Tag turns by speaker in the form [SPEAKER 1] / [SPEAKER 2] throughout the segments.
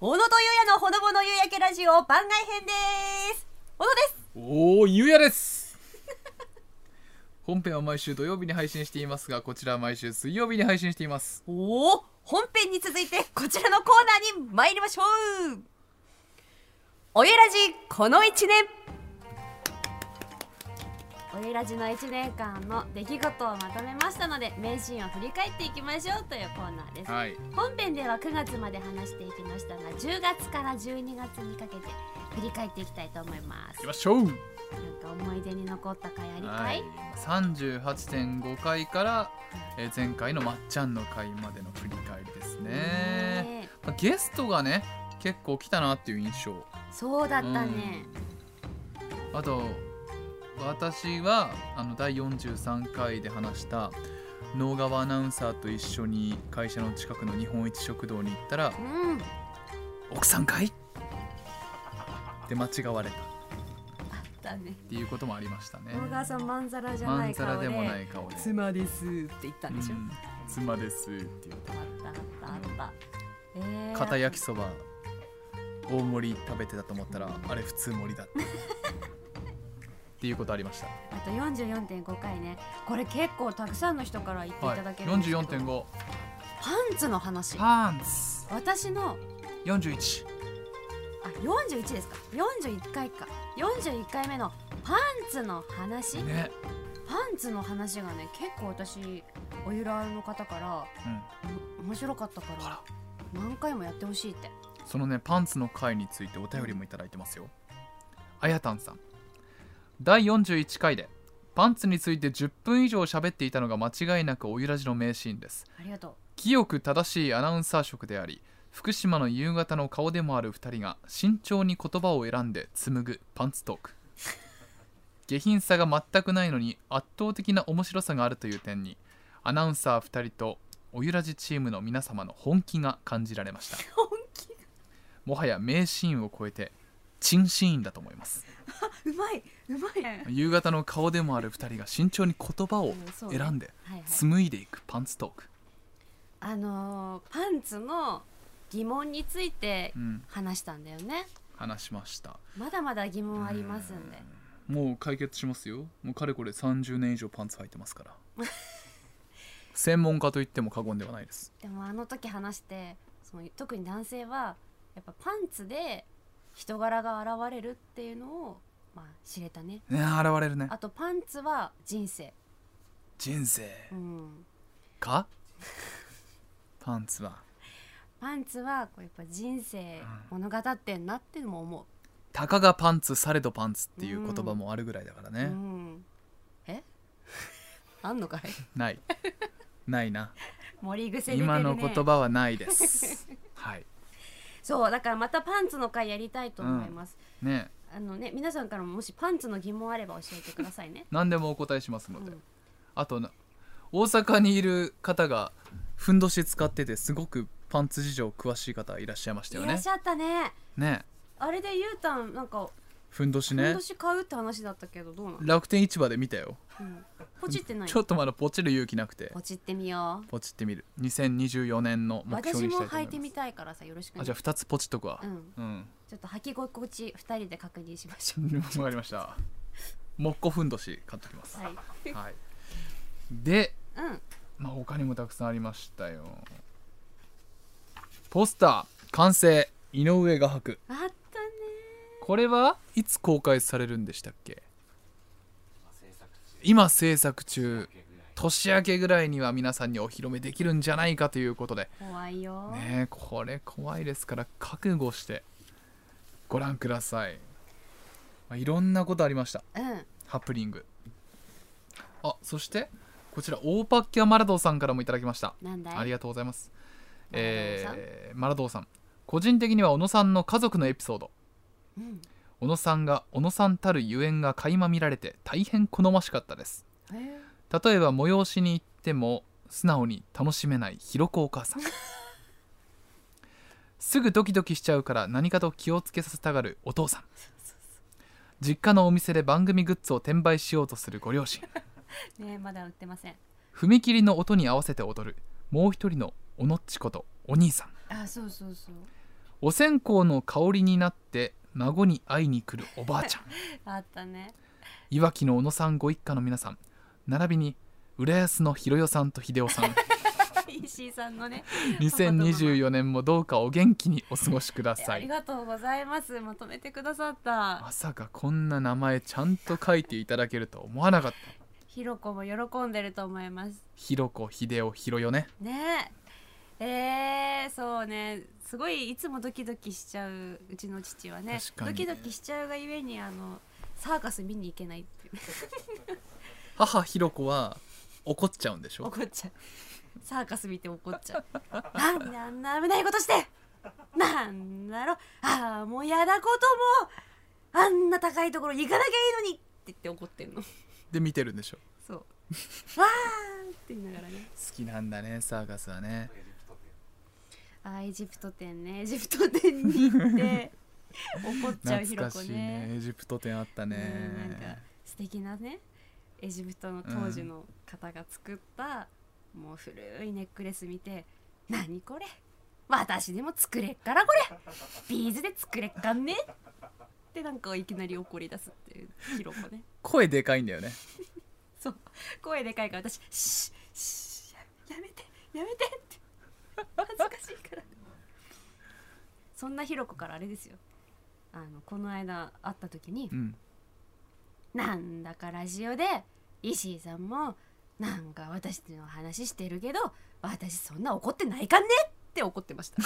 [SPEAKER 1] 小野とゆうやのほのぼの夕焼けラジオ番外編です小野です
[SPEAKER 2] おおゆうやです本編は毎週土曜日に配信していますがこちらは毎週水曜日に配信しています
[SPEAKER 1] おお本編に続いてこちらのコーナーに参りましょうおゆらじこの一年
[SPEAKER 3] おゆらじの1年間の出来事をまとめましたので名シーンを振り返っていきましょうというコーナーです、
[SPEAKER 2] はい
[SPEAKER 3] 本編では9月まで話していきましたが10月から12月にかけて振り返っていきたいと思いま
[SPEAKER 2] 行
[SPEAKER 3] す
[SPEAKER 2] きましょう
[SPEAKER 3] なんか思い出に残った回ありか、
[SPEAKER 2] はいい38.5回から、えー前回のまっちゃんの回までの振り返りですね、
[SPEAKER 3] ね
[SPEAKER 2] まあゲストがね結構来たなっていう印象
[SPEAKER 3] えそうだったね、
[SPEAKER 2] うんあと私はあの第43回で話した能川アナウンサーと一緒に会社の近くの日本一食堂に行ったら
[SPEAKER 3] うん、
[SPEAKER 2] 「奥さんかい?」って間違われたっ
[SPEAKER 3] だね
[SPEAKER 2] ていうこともありましたね。
[SPEAKER 3] 小川さんまんざらじゃ
[SPEAKER 2] ま
[SPEAKER 3] なんい
[SPEAKER 2] ざら
[SPEAKER 3] 顔で
[SPEAKER 2] でもない顔で。
[SPEAKER 1] 妻ですって言ったんでしょ、
[SPEAKER 2] うん妻ですって言って
[SPEAKER 3] あったあったあった、えー
[SPEAKER 2] 片焼きそば大盛り食べてたと思ったらあれ普通盛りだった っていうことありました。
[SPEAKER 3] あと44.5回ねこれ結構たくさんの人から言ってい
[SPEAKER 2] はい
[SPEAKER 3] ただけるんですけど、
[SPEAKER 2] 44.5
[SPEAKER 3] パンツの話
[SPEAKER 2] パンツ
[SPEAKER 3] 私の
[SPEAKER 2] 41。
[SPEAKER 3] あ41ですか41回か41回目のパンツの話、
[SPEAKER 2] ね、
[SPEAKER 3] パンツの話がね結構私おゆらの方から
[SPEAKER 2] うん、
[SPEAKER 3] お面白かったから何回もやってほしいって
[SPEAKER 2] そのねパンツの回についてお便りもいただいてますよあやたんさん第41回でパンツについて10分以上喋っていたのが間違いなくおゆらじの名シーンです
[SPEAKER 3] ありがとう
[SPEAKER 2] 清く正しいアナウンサー職であり福島の夕方の顔でもある2人が慎重に言葉を選んで紡ぐパンツトーク下品さが全くないのに圧倒的な面白さがあるという点にアナウンサー2人とおゆらじチームの皆様の本気が感じられました
[SPEAKER 1] 本気が
[SPEAKER 2] もはや名シーンを超えて珍シーンだと思います
[SPEAKER 1] うまいうまい、
[SPEAKER 2] 夕方の顔でもある2人が慎重に言葉を選んで
[SPEAKER 3] はいはい
[SPEAKER 2] 紡いでいくパンツトーク、
[SPEAKER 3] あのーパンツの疑問について
[SPEAKER 2] うん、
[SPEAKER 3] 話したんだよね
[SPEAKER 2] 話しました
[SPEAKER 3] まだまだ疑問ありますんで
[SPEAKER 2] もう解決しますよもうかれこれ30年以上パンツ履いてますから専門家と言っても過言ではないです
[SPEAKER 3] でもあの時話してその特に男性はやっぱパンツで人柄が現れるっていうのを、まあ、知れたね
[SPEAKER 2] ね現れるね
[SPEAKER 3] あとパンツは人生
[SPEAKER 2] 人生
[SPEAKER 3] うん
[SPEAKER 2] かパンツは
[SPEAKER 3] パンツはこうやっぱ人生物語ってんなってのも思
[SPEAKER 2] たかがパンツされどパンツっていう言葉もあるぐらいだから
[SPEAKER 3] う、う
[SPEAKER 2] ね、
[SPEAKER 3] ん、え あんのかい
[SPEAKER 2] ないないな
[SPEAKER 3] 盛り癖出てる、ね、
[SPEAKER 2] 今の言葉はない です。はい。
[SPEAKER 3] そうだからまたパンツの回やりたいと思います、
[SPEAKER 2] ね、
[SPEAKER 3] あのね皆さんからももしパンツの疑問あれば教えてくださいね
[SPEAKER 2] 何でもお答えしますので。
[SPEAKER 3] うん
[SPEAKER 2] あとな大阪にいる方がふんどし使っててすごくパンツ事情詳しい方いらっしゃいましたよ
[SPEAKER 3] いらっ
[SPEAKER 2] ね
[SPEAKER 3] し。ゃったね
[SPEAKER 2] ね、
[SPEAKER 3] あれでゆうたんなんか
[SPEAKER 2] ふんどし
[SPEAKER 3] 今
[SPEAKER 2] ね。
[SPEAKER 3] 年買うって話だったけどどうなの、
[SPEAKER 2] 楽天市場で見たよ。
[SPEAKER 3] うん、ポチってない
[SPEAKER 2] ちょっとまだポチる勇気なくて
[SPEAKER 3] ポチってみよ
[SPEAKER 2] ポチってみる。2024年の
[SPEAKER 3] う
[SPEAKER 2] 目標
[SPEAKER 3] 私
[SPEAKER 2] にし
[SPEAKER 3] も
[SPEAKER 2] たいと思
[SPEAKER 3] 履い
[SPEAKER 2] い
[SPEAKER 3] て
[SPEAKER 2] ま
[SPEAKER 3] み
[SPEAKER 2] す。
[SPEAKER 3] たいからさよろしくね
[SPEAKER 2] あ、じゃあ二つポチっとくわ
[SPEAKER 3] う。ん、
[SPEAKER 2] うん。
[SPEAKER 3] ちょっと履き心地二人で確認しましょ
[SPEAKER 2] わかりました。もっこふんどし買っときます
[SPEAKER 3] う。。はい。
[SPEAKER 2] はい。で。
[SPEAKER 3] うん。
[SPEAKER 2] まあ他にもたくさんありましたよポスター完成井上画伯
[SPEAKER 3] あったね
[SPEAKER 2] これはいつ公開されるんでしたっけ今制作中年明けぐらいには皆さんにお披露目できるんじゃないかということで
[SPEAKER 3] ー。怖いよ。
[SPEAKER 2] ねえこれ怖いですから覚悟してご覧くださいまあいろんなことありました
[SPEAKER 3] うん。
[SPEAKER 2] ハプニングあそしてこちらオーパッキャマラドーさんからもいただきました
[SPEAKER 3] なんだい。
[SPEAKER 2] ありがとうございます。
[SPEAKER 3] マラドーさん
[SPEAKER 2] えーマラドーさん、個人的には小野さんの家族のエピソード。
[SPEAKER 3] うん。
[SPEAKER 2] 小野さんが小野さんたるゆえんが垣間見られて大変好ましかったです。
[SPEAKER 3] えー
[SPEAKER 2] 例えば催しに行っても素直に楽しめないひろこお母さ ん。すぐドキドキしちゃうから何かと気をつけさせたがるお父さん。実家のお店で番組グッズを転売しようとするご両親。
[SPEAKER 3] ねえまだ売ってません。
[SPEAKER 2] 踏切の音に合わせて踊るもう一人のおのっちことお兄さん。
[SPEAKER 3] あそうそうそう。
[SPEAKER 2] お線香の香りになって孫に会いに来るおばあ ちゃん
[SPEAKER 3] あったね
[SPEAKER 2] いわきの小野さんご一家の皆さん並びに浦安のひろよさんと秀夫 さん
[SPEAKER 3] 石井さんのね
[SPEAKER 2] 2024年もどうかお元気にお過ごしくだ
[SPEAKER 3] え
[SPEAKER 2] さ
[SPEAKER 3] あり
[SPEAKER 2] い
[SPEAKER 3] がとうございますまとめてくださった
[SPEAKER 2] まさかこんな名前ちゃんと書いていただけるとは思わなかった
[SPEAKER 3] ひろこも喜んでると思います
[SPEAKER 2] ひろこひでおひろよね
[SPEAKER 3] ねええー、そうねすごいいつもドキドキしちゃううちの父はね
[SPEAKER 2] 確かにね
[SPEAKER 3] ドキドキしちゃうがゆえにあのサーカス見に行けないっていう
[SPEAKER 2] 母ひろこは怒っちゃうんでしょ
[SPEAKER 3] 怒っちゃうサーカス見て怒っちゃうなんであんな危ないことしてなんだろああもうやだこともあんな高いところ行かなきゃいいのにって言って怒ってんの
[SPEAKER 2] で見てるんでしょ
[SPEAKER 3] そうわーって言いながらね
[SPEAKER 2] 好きなんだねサーカスはね
[SPEAKER 3] あーエジプト店ねエジプト店に行って 怒っちゃうひ
[SPEAKER 2] 懐
[SPEAKER 3] ろ
[SPEAKER 2] か
[SPEAKER 3] こ
[SPEAKER 2] しい
[SPEAKER 3] ね
[SPEAKER 2] ねエジプト展あったね
[SPEAKER 3] うんなんか素敵なねエジプトの当時の方が作った、もう古いネックレス見て「何これ私でも作れっからこれビーズで作れっかんね」ってなんかいきなり怒り出すっていうヒロコね
[SPEAKER 2] 声でかいんだよね
[SPEAKER 3] そう声でかいから私「シッシッややめてやめて」って恥ずかしいからそんなヒロコからあれですよあのこの間会った時に「
[SPEAKER 2] うん
[SPEAKER 3] なんだかラジオで石井さんもなんか私の話してるけど私そんな怒ってないかんねって怒ってました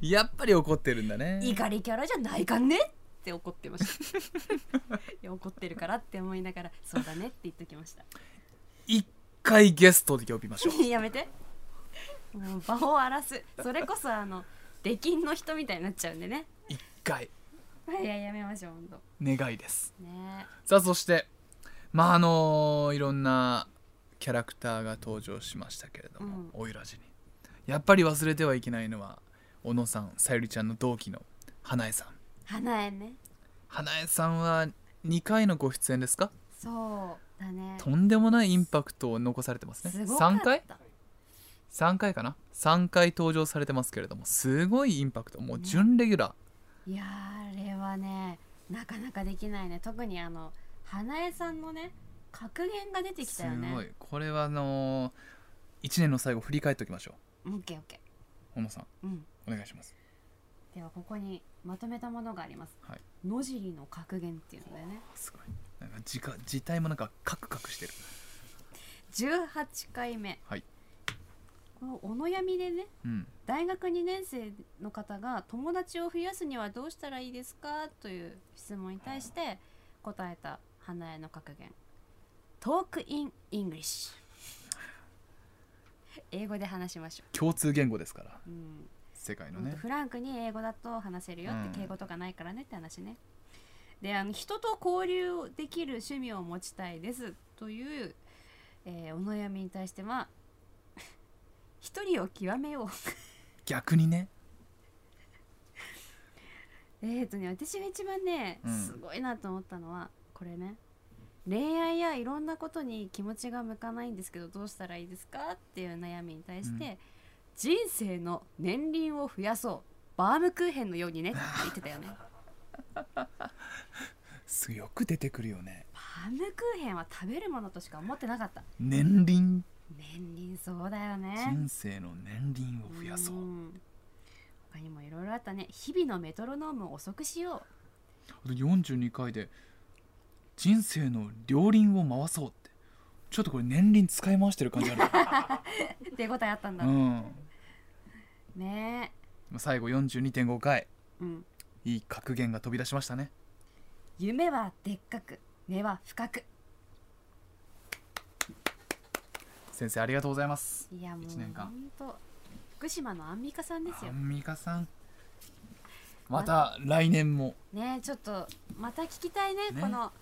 [SPEAKER 2] やっぱり怒ってるんだね
[SPEAKER 3] 怒りキャラじゃないかんねって怒ってました いや怒ってるからって思いながらそうだねって言っときました
[SPEAKER 2] 一回ゲストで呼びましょう
[SPEAKER 3] やめてもう場を荒らすそれこそあの出禁の人みたいになっちゃうんでね
[SPEAKER 2] 一回
[SPEAKER 3] いややめましょうほんと
[SPEAKER 2] 願いです
[SPEAKER 3] ね
[SPEAKER 2] さあそしてまああのいろんなキャラクターが登場しましたけれども、おいらじにやっぱり忘れてはいけないのは小野さんさゆりちゃんの同期の花江さん
[SPEAKER 3] 花江ね
[SPEAKER 2] 花江さんは2回のご出演ですか
[SPEAKER 3] そうだね
[SPEAKER 2] とんでもないインパクトを残されてますね
[SPEAKER 3] すごかっ
[SPEAKER 2] 3
[SPEAKER 3] た
[SPEAKER 2] 回3回かな3回登場されてますけれどもすごいインパクトもう準レギュラー、
[SPEAKER 3] いやーあれはねなかなかできないね特にあの花江さんのね格言が出てき
[SPEAKER 2] す
[SPEAKER 3] たよね
[SPEAKER 2] ごいこれはあのー、1年の最後振り返っておきましょう
[SPEAKER 3] オッケーオッケ
[SPEAKER 2] 小野さん
[SPEAKER 3] ーうん
[SPEAKER 2] お願いします
[SPEAKER 3] ではここにまとめたものがあります、
[SPEAKER 2] はい
[SPEAKER 3] 野尻の格言っていうのでね
[SPEAKER 2] すごいなんか字か字体もなんかカクカクしてる
[SPEAKER 3] 18回目
[SPEAKER 2] はい
[SPEAKER 3] このお悩みでね
[SPEAKER 2] うん
[SPEAKER 3] 大学2年生の方が友達を増やすにはどうしたらいいですかという質問に対して答えた花江の格言トークインイングリッシュ英語で話しましょ
[SPEAKER 2] 共通言語ですから
[SPEAKER 3] う、うん
[SPEAKER 2] 世界の
[SPEAKER 3] もっと
[SPEAKER 2] ね
[SPEAKER 3] フランクに英語だと話せるよっ
[SPEAKER 2] うん
[SPEAKER 3] て敬語とかないからねって話ね、であの人と交流をできる趣味を持ちたいですという、えーお悩みに対しては 一人を極めよう
[SPEAKER 2] 逆にね
[SPEAKER 3] えーとね私が一番ね
[SPEAKER 2] うん
[SPEAKER 3] すごいなと思ったのは、これね恋愛やいろんなことに気持ちが向かないんですけどどうしたらいいですかっていう悩みに対して、
[SPEAKER 2] うん
[SPEAKER 3] 人生の年輪を増やそうバームクーヘンのようにねって言って たよね
[SPEAKER 2] すよく出てくるよね
[SPEAKER 3] バームクーヘンは食べるものとしか思ってなかった
[SPEAKER 2] 年輪
[SPEAKER 3] 年輪そうだよね
[SPEAKER 2] 人生の年輪を増やそう、
[SPEAKER 3] ん他にもいろいろあったね日々のメトロノームを遅くしよ
[SPEAKER 2] あと42回で「人生の両輪を回そう」ってちょっとこれ年輪使い回してる感じある
[SPEAKER 3] うって答えあった んだ、
[SPEAKER 2] うん
[SPEAKER 3] ね
[SPEAKER 2] 最後42.5回
[SPEAKER 3] えうん
[SPEAKER 2] いい格言が飛び出しましたね
[SPEAKER 3] 夢はでっかく目は深く
[SPEAKER 2] 先生ありがとうございます
[SPEAKER 3] いやもう
[SPEAKER 2] 一年間
[SPEAKER 3] 本当福島のアンミカさんです
[SPEAKER 2] ア
[SPEAKER 3] よ
[SPEAKER 2] ンミカさんまた来年も
[SPEAKER 3] ねえちょっとまた聞きたいね
[SPEAKER 2] ね
[SPEAKER 3] この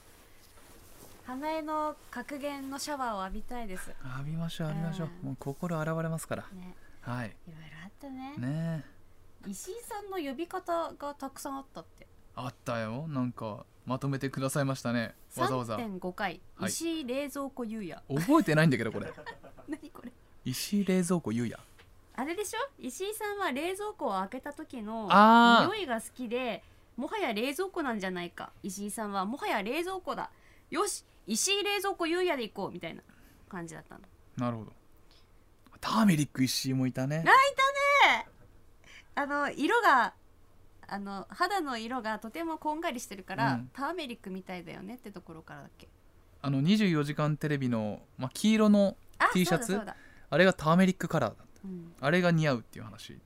[SPEAKER 3] 花江の格言のシャワーを浴びたいですね
[SPEAKER 2] 浴びましょう浴びましょう、
[SPEAKER 3] うん
[SPEAKER 2] もう心洗われますから
[SPEAKER 3] いろい
[SPEAKER 2] はい
[SPEAKER 3] ろあったね
[SPEAKER 2] ねえ
[SPEAKER 3] 石井さんの呼び方がたくさんあったって
[SPEAKER 2] あったよなんかまとめてくださいましたねわざわざ
[SPEAKER 3] 3.5回
[SPEAKER 2] はい
[SPEAKER 3] 石井冷蔵庫優也
[SPEAKER 2] 覚えてないんだけどこれ
[SPEAKER 3] 何これ
[SPEAKER 2] 石井冷蔵庫ゆうや
[SPEAKER 3] あれでしょ石井さんは冷蔵庫を開けた時の
[SPEAKER 2] あー
[SPEAKER 3] 匂いが好きでもはや冷蔵庫なんじゃないか石井さんはもはや冷蔵庫だよし石井冷蔵庫優也で行こうみたいな感じだったの
[SPEAKER 2] なるほどターメリック石井もいたね
[SPEAKER 3] あの色があの肌の色がとてもこんがりしてるから、
[SPEAKER 2] うん
[SPEAKER 3] ターメリックみたいだよねってところからだっけ
[SPEAKER 2] あの24時間テレビの、まあ、黄色の
[SPEAKER 3] あ
[SPEAKER 2] T シャツ
[SPEAKER 3] そうだそうだ、
[SPEAKER 2] あれがターメリックカラーだ
[SPEAKER 3] うん、
[SPEAKER 2] あれが似合うっていう話、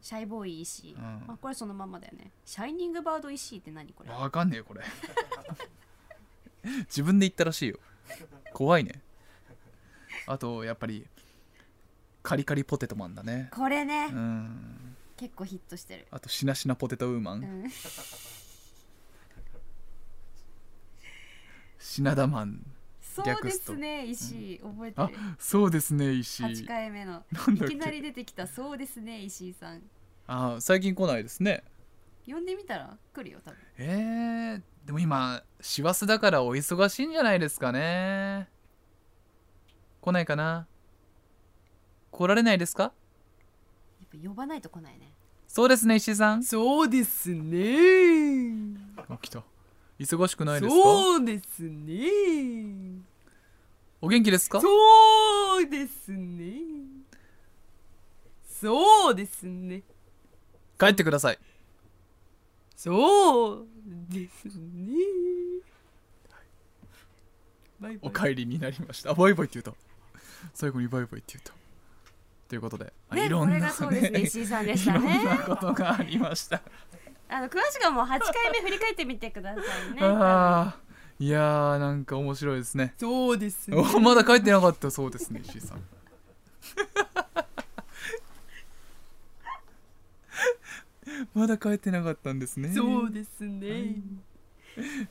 [SPEAKER 3] シャイボーイ石井、
[SPEAKER 2] うん
[SPEAKER 3] まあ、これそのまんまだよねシャイニングバード石井って何これ
[SPEAKER 2] わかんねえよこれ自分で言ったらしいよ怖いねあとやっぱりカリカリポテトマンだね
[SPEAKER 3] これね、
[SPEAKER 2] うん
[SPEAKER 3] 結構ヒットしてる
[SPEAKER 2] あとしなしなポテトウーマ
[SPEAKER 3] う
[SPEAKER 2] ン
[SPEAKER 3] ん
[SPEAKER 2] しなだマン
[SPEAKER 3] そうですね石井覚えて
[SPEAKER 2] あ
[SPEAKER 3] る
[SPEAKER 2] そうですね石井
[SPEAKER 3] 8回目の
[SPEAKER 2] なん
[SPEAKER 3] い
[SPEAKER 2] だっ
[SPEAKER 3] きな
[SPEAKER 2] け
[SPEAKER 3] り出てきたそうですね石井さん
[SPEAKER 2] あ最近来ないですね
[SPEAKER 3] 呼んでみたら来るよ多分
[SPEAKER 2] えー、でも今師走だからお忙しいんじゃないですかね来ないかな来られないですか
[SPEAKER 3] やっぱ呼ばないと来ないね
[SPEAKER 2] そうですね石井さん
[SPEAKER 4] そうですね。
[SPEAKER 2] あ来た忙しくないですか
[SPEAKER 4] そうですね。
[SPEAKER 2] お元気ですか
[SPEAKER 4] そうですね。そうですね。
[SPEAKER 2] 帰ってください
[SPEAKER 4] そうですね。バイバイ
[SPEAKER 2] お帰りになりましたあバイバイって言うと最後にバイバイって言うとということで、あ
[SPEAKER 3] ね
[SPEAKER 2] いろ
[SPEAKER 3] こ
[SPEAKER 2] ん
[SPEAKER 3] れ
[SPEAKER 2] な
[SPEAKER 3] が そうですね
[SPEAKER 2] ね
[SPEAKER 3] 石井さんで
[SPEAKER 2] い
[SPEAKER 3] した
[SPEAKER 2] ろん
[SPEAKER 3] ね
[SPEAKER 2] なことがありました
[SPEAKER 3] あの詳しくはもう8回目振り返ってみてくださいね
[SPEAKER 2] あーいやーなんか面白いですね
[SPEAKER 4] そうですね。
[SPEAKER 2] おまだ帰ってなかったそうですね石井 さんまだ帰ってなかったんですね
[SPEAKER 4] そうですね。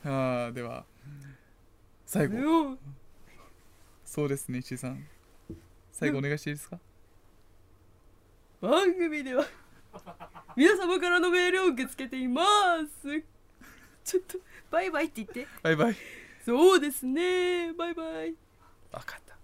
[SPEAKER 2] あーでは最後
[SPEAKER 4] そう
[SPEAKER 2] そうですね石井さん最後お願いしていいですか
[SPEAKER 4] 番組では皆様からのメールを受け付けています。ちょっとバイバイって言って。
[SPEAKER 2] バイバイ
[SPEAKER 4] そうですね。バイバイ。
[SPEAKER 2] 分かった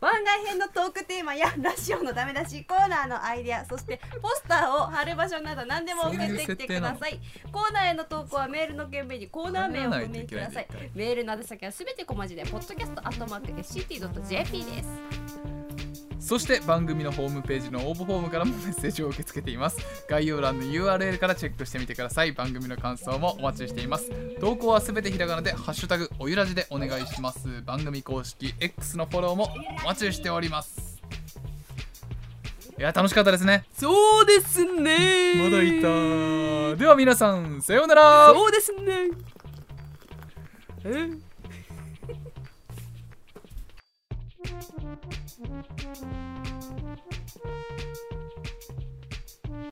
[SPEAKER 1] 番外編のトークテーマやラジオのダメ出しコーナーのアイデアそしてポスターを貼る場所など何でも送ってきてくださいコーナーへの投稿はメールの件名にコーナー名をお込めくださいメールの宛先はすべて小文字で podcast.fct.jp です
[SPEAKER 2] そして番組のホームページの応募フォームからもメッセージを受け付けています概要欄の URL からチェックしてみてください番組の感想もお待ちしています投稿はすべてひらがなで「ハッシュタグおゆらじ」でお願いします番組公式 X のフォローもお待ちしておりますいや楽しかったですね
[SPEAKER 4] そうですね。
[SPEAKER 2] まだいたでは皆さんさようなら
[SPEAKER 4] そうですね。え